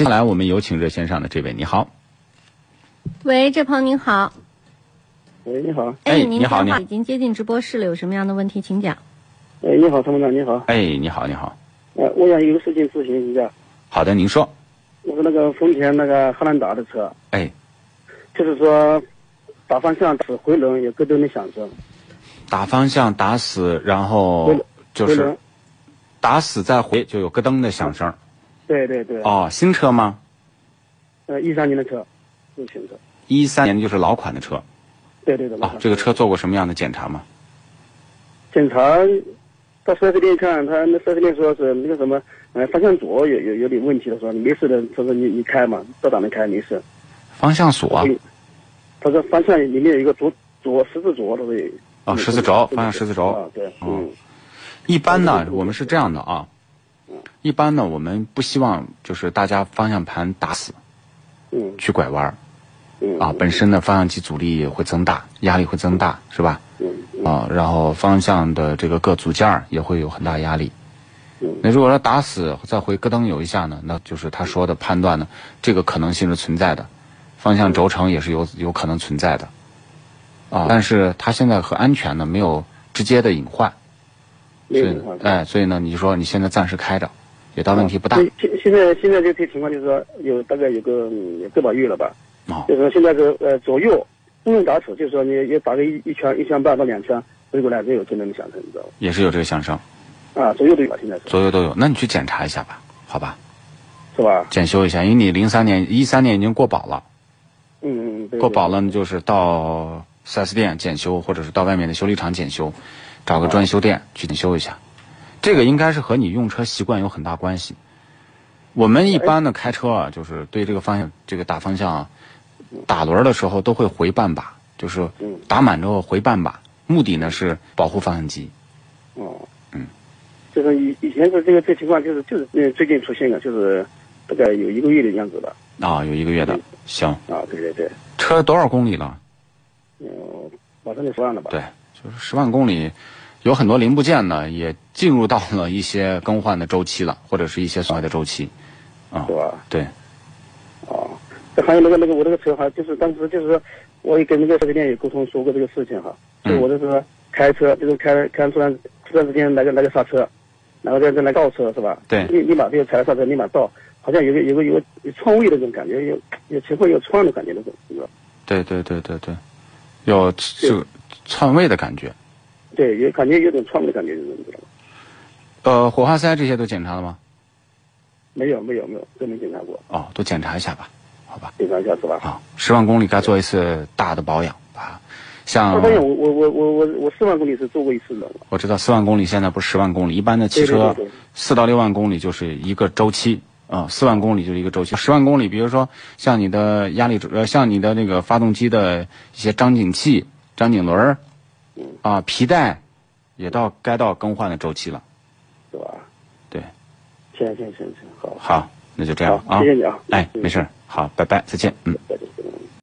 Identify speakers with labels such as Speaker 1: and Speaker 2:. Speaker 1: 接下来我们有请热线上的这位，你好，
Speaker 2: 喂，郑鹏您好，
Speaker 3: 喂，你好，
Speaker 1: 哎
Speaker 2: 您
Speaker 1: 你好
Speaker 2: 电
Speaker 1: 你
Speaker 2: 话
Speaker 1: 好
Speaker 2: 已经接进直播室了，有什么样的问题请讲。
Speaker 3: 哎，你好，参谋长，你好，
Speaker 1: 哎，你好，你好，
Speaker 3: 呃，我想有个事情咨询一下，
Speaker 1: 好的，您说，
Speaker 3: 我们那个丰田那个汉兰达的车，
Speaker 1: 哎，
Speaker 3: 就是说打方向、打回轮有各种的响声，
Speaker 1: 打方向打死，然后
Speaker 3: 回轮
Speaker 1: 就
Speaker 3: 回
Speaker 1: 是
Speaker 3: 轮，
Speaker 1: 打死再回就有咯噔的响声。
Speaker 3: 对对对，
Speaker 1: 哦，新车吗？
Speaker 3: 呃，一三年的车，入选的，
Speaker 1: 一三年就是老款的车。
Speaker 3: 对对对，
Speaker 1: 哦，这个车做过什么样的检查吗？
Speaker 3: 检查到四 S 店看，他那四 S 店说是那个什么，呃，方向锁有有有点问题的，说你没事的，他说你你开嘛，照打能开没事，
Speaker 1: 方向锁啊
Speaker 3: 嗯他说方向里面有一个左左十字镯，他说有，
Speaker 1: 哦，十字轴，方向十字
Speaker 3: 啊
Speaker 1: 轴。，
Speaker 3: 对，
Speaker 1: 哦
Speaker 3: 嗯。
Speaker 1: 一般呢
Speaker 3: 对，对对
Speaker 1: 我们是这样的啊，一般呢，我们不希望就是大家方向盘打死
Speaker 3: 嗯
Speaker 1: 去拐弯儿
Speaker 3: 嗯
Speaker 1: 啊，本身呢方向机阻力会增大，压力会增大，是吧？
Speaker 3: 嗯嗯
Speaker 1: 啊，然后方向的这个各组件儿也会有很大压力
Speaker 3: 嗯。
Speaker 1: 那如果说打死再回咯噔有一下呢，那就是他说的判断呢，这个可能性是存在的，方向轴承也是有有可能存在的，啊，但是它现在和安全呢没有直接的隐患，所以
Speaker 3: 嗯好的
Speaker 1: 哎，所以呢，你说你现在暂时开着，也倒问题不大
Speaker 3: 所以嗯现现在现在这个情况就是说有大概有个嗯有个把月了吧，
Speaker 1: 哦
Speaker 3: 就是说现在是呃左右不用打手，就是说你也打个一一圈一圈半到两圈回过来就有这能响声，你知道吧？
Speaker 1: 也是有这个响声，
Speaker 3: 啊，左右都有吧，现在是
Speaker 1: 左右都有，那你去检查一下吧，好吧，
Speaker 3: 是吧？
Speaker 1: 检修一下，因为你零三年一三年已经过保了。
Speaker 3: 嗯嗯嗯，对
Speaker 1: 过保了，呢，就是到 4S 店检修，或者是到外面的修理厂检修，找个专修店去检修一下。这个应该是和你用车习惯有很大关系。我们一般的开车啊，就是对这个方向、这个打方向、啊、打轮儿的时候都会回半把，就是
Speaker 3: 嗯
Speaker 1: 打满之后回半把，目的呢是保护方向机。
Speaker 3: 对哦，
Speaker 1: 嗯，
Speaker 3: 就是以以前的这个这个情况就是就是呃最近出现的，就是大概有一个月的样子吧。
Speaker 1: 啊、有一个月的
Speaker 3: 嗯，
Speaker 1: 行，
Speaker 3: 啊，对对对，
Speaker 1: 车多少公里了？
Speaker 3: 嗯，马上就十万了吧？
Speaker 1: 对，就是十万公里，有很多零部件呢，也进入到了一些更换的周期了，或者是一些损坏的周期。啊、
Speaker 3: 是吧？
Speaker 1: 对，
Speaker 3: 哦，这还有那个那个我这个车哈，就是当时就是说，我也跟那个四 S 店也沟通说过这个事情哈，就
Speaker 1: 嗯
Speaker 3: 是我就是说开车就是开开突然突然之间来个来个刹车，然后再再来倒车是吧？
Speaker 1: 对
Speaker 3: 立立马就踩了刹车，立马倒，好像有个有个有个有篡位的那种感觉，有有前后有撞的感觉那种，是吧？
Speaker 1: 对对对对对，有就篡位的感觉。
Speaker 3: 对，有感觉有种篡位的感觉，就是你知道吗？
Speaker 1: 呃，火花塞这些都检查了吗？
Speaker 3: 没有没有没有，都没检查过，
Speaker 1: 哦，都检查一下吧，好吧。
Speaker 3: 检查一下是吧？
Speaker 1: 啊，十万公里该做一次大的保养吧。像
Speaker 3: 我发
Speaker 1: 嗯
Speaker 3: 现我我我我我我四万公里是做过一次的，
Speaker 1: 我知道四万公里现在不是十万公里，一般的汽车
Speaker 3: 对对对对
Speaker 1: 四到六万公里就是一个周期啊，四、万公里就是一个周期，十万公里，比如说像你的压力轴呃，像你的那个发动机的一些张紧器、张紧轮儿
Speaker 3: 嗯
Speaker 1: 啊、皮带，也到该到更换的周期了。
Speaker 3: 是吧？
Speaker 1: 对，
Speaker 3: 行行行行，好，
Speaker 1: 好，那就这样
Speaker 3: 好
Speaker 1: 啊
Speaker 3: 谢，谢你啊，
Speaker 1: 哎，
Speaker 3: 嗯
Speaker 1: 没事，儿，好，拜拜，再见，嗯。
Speaker 3: 再见。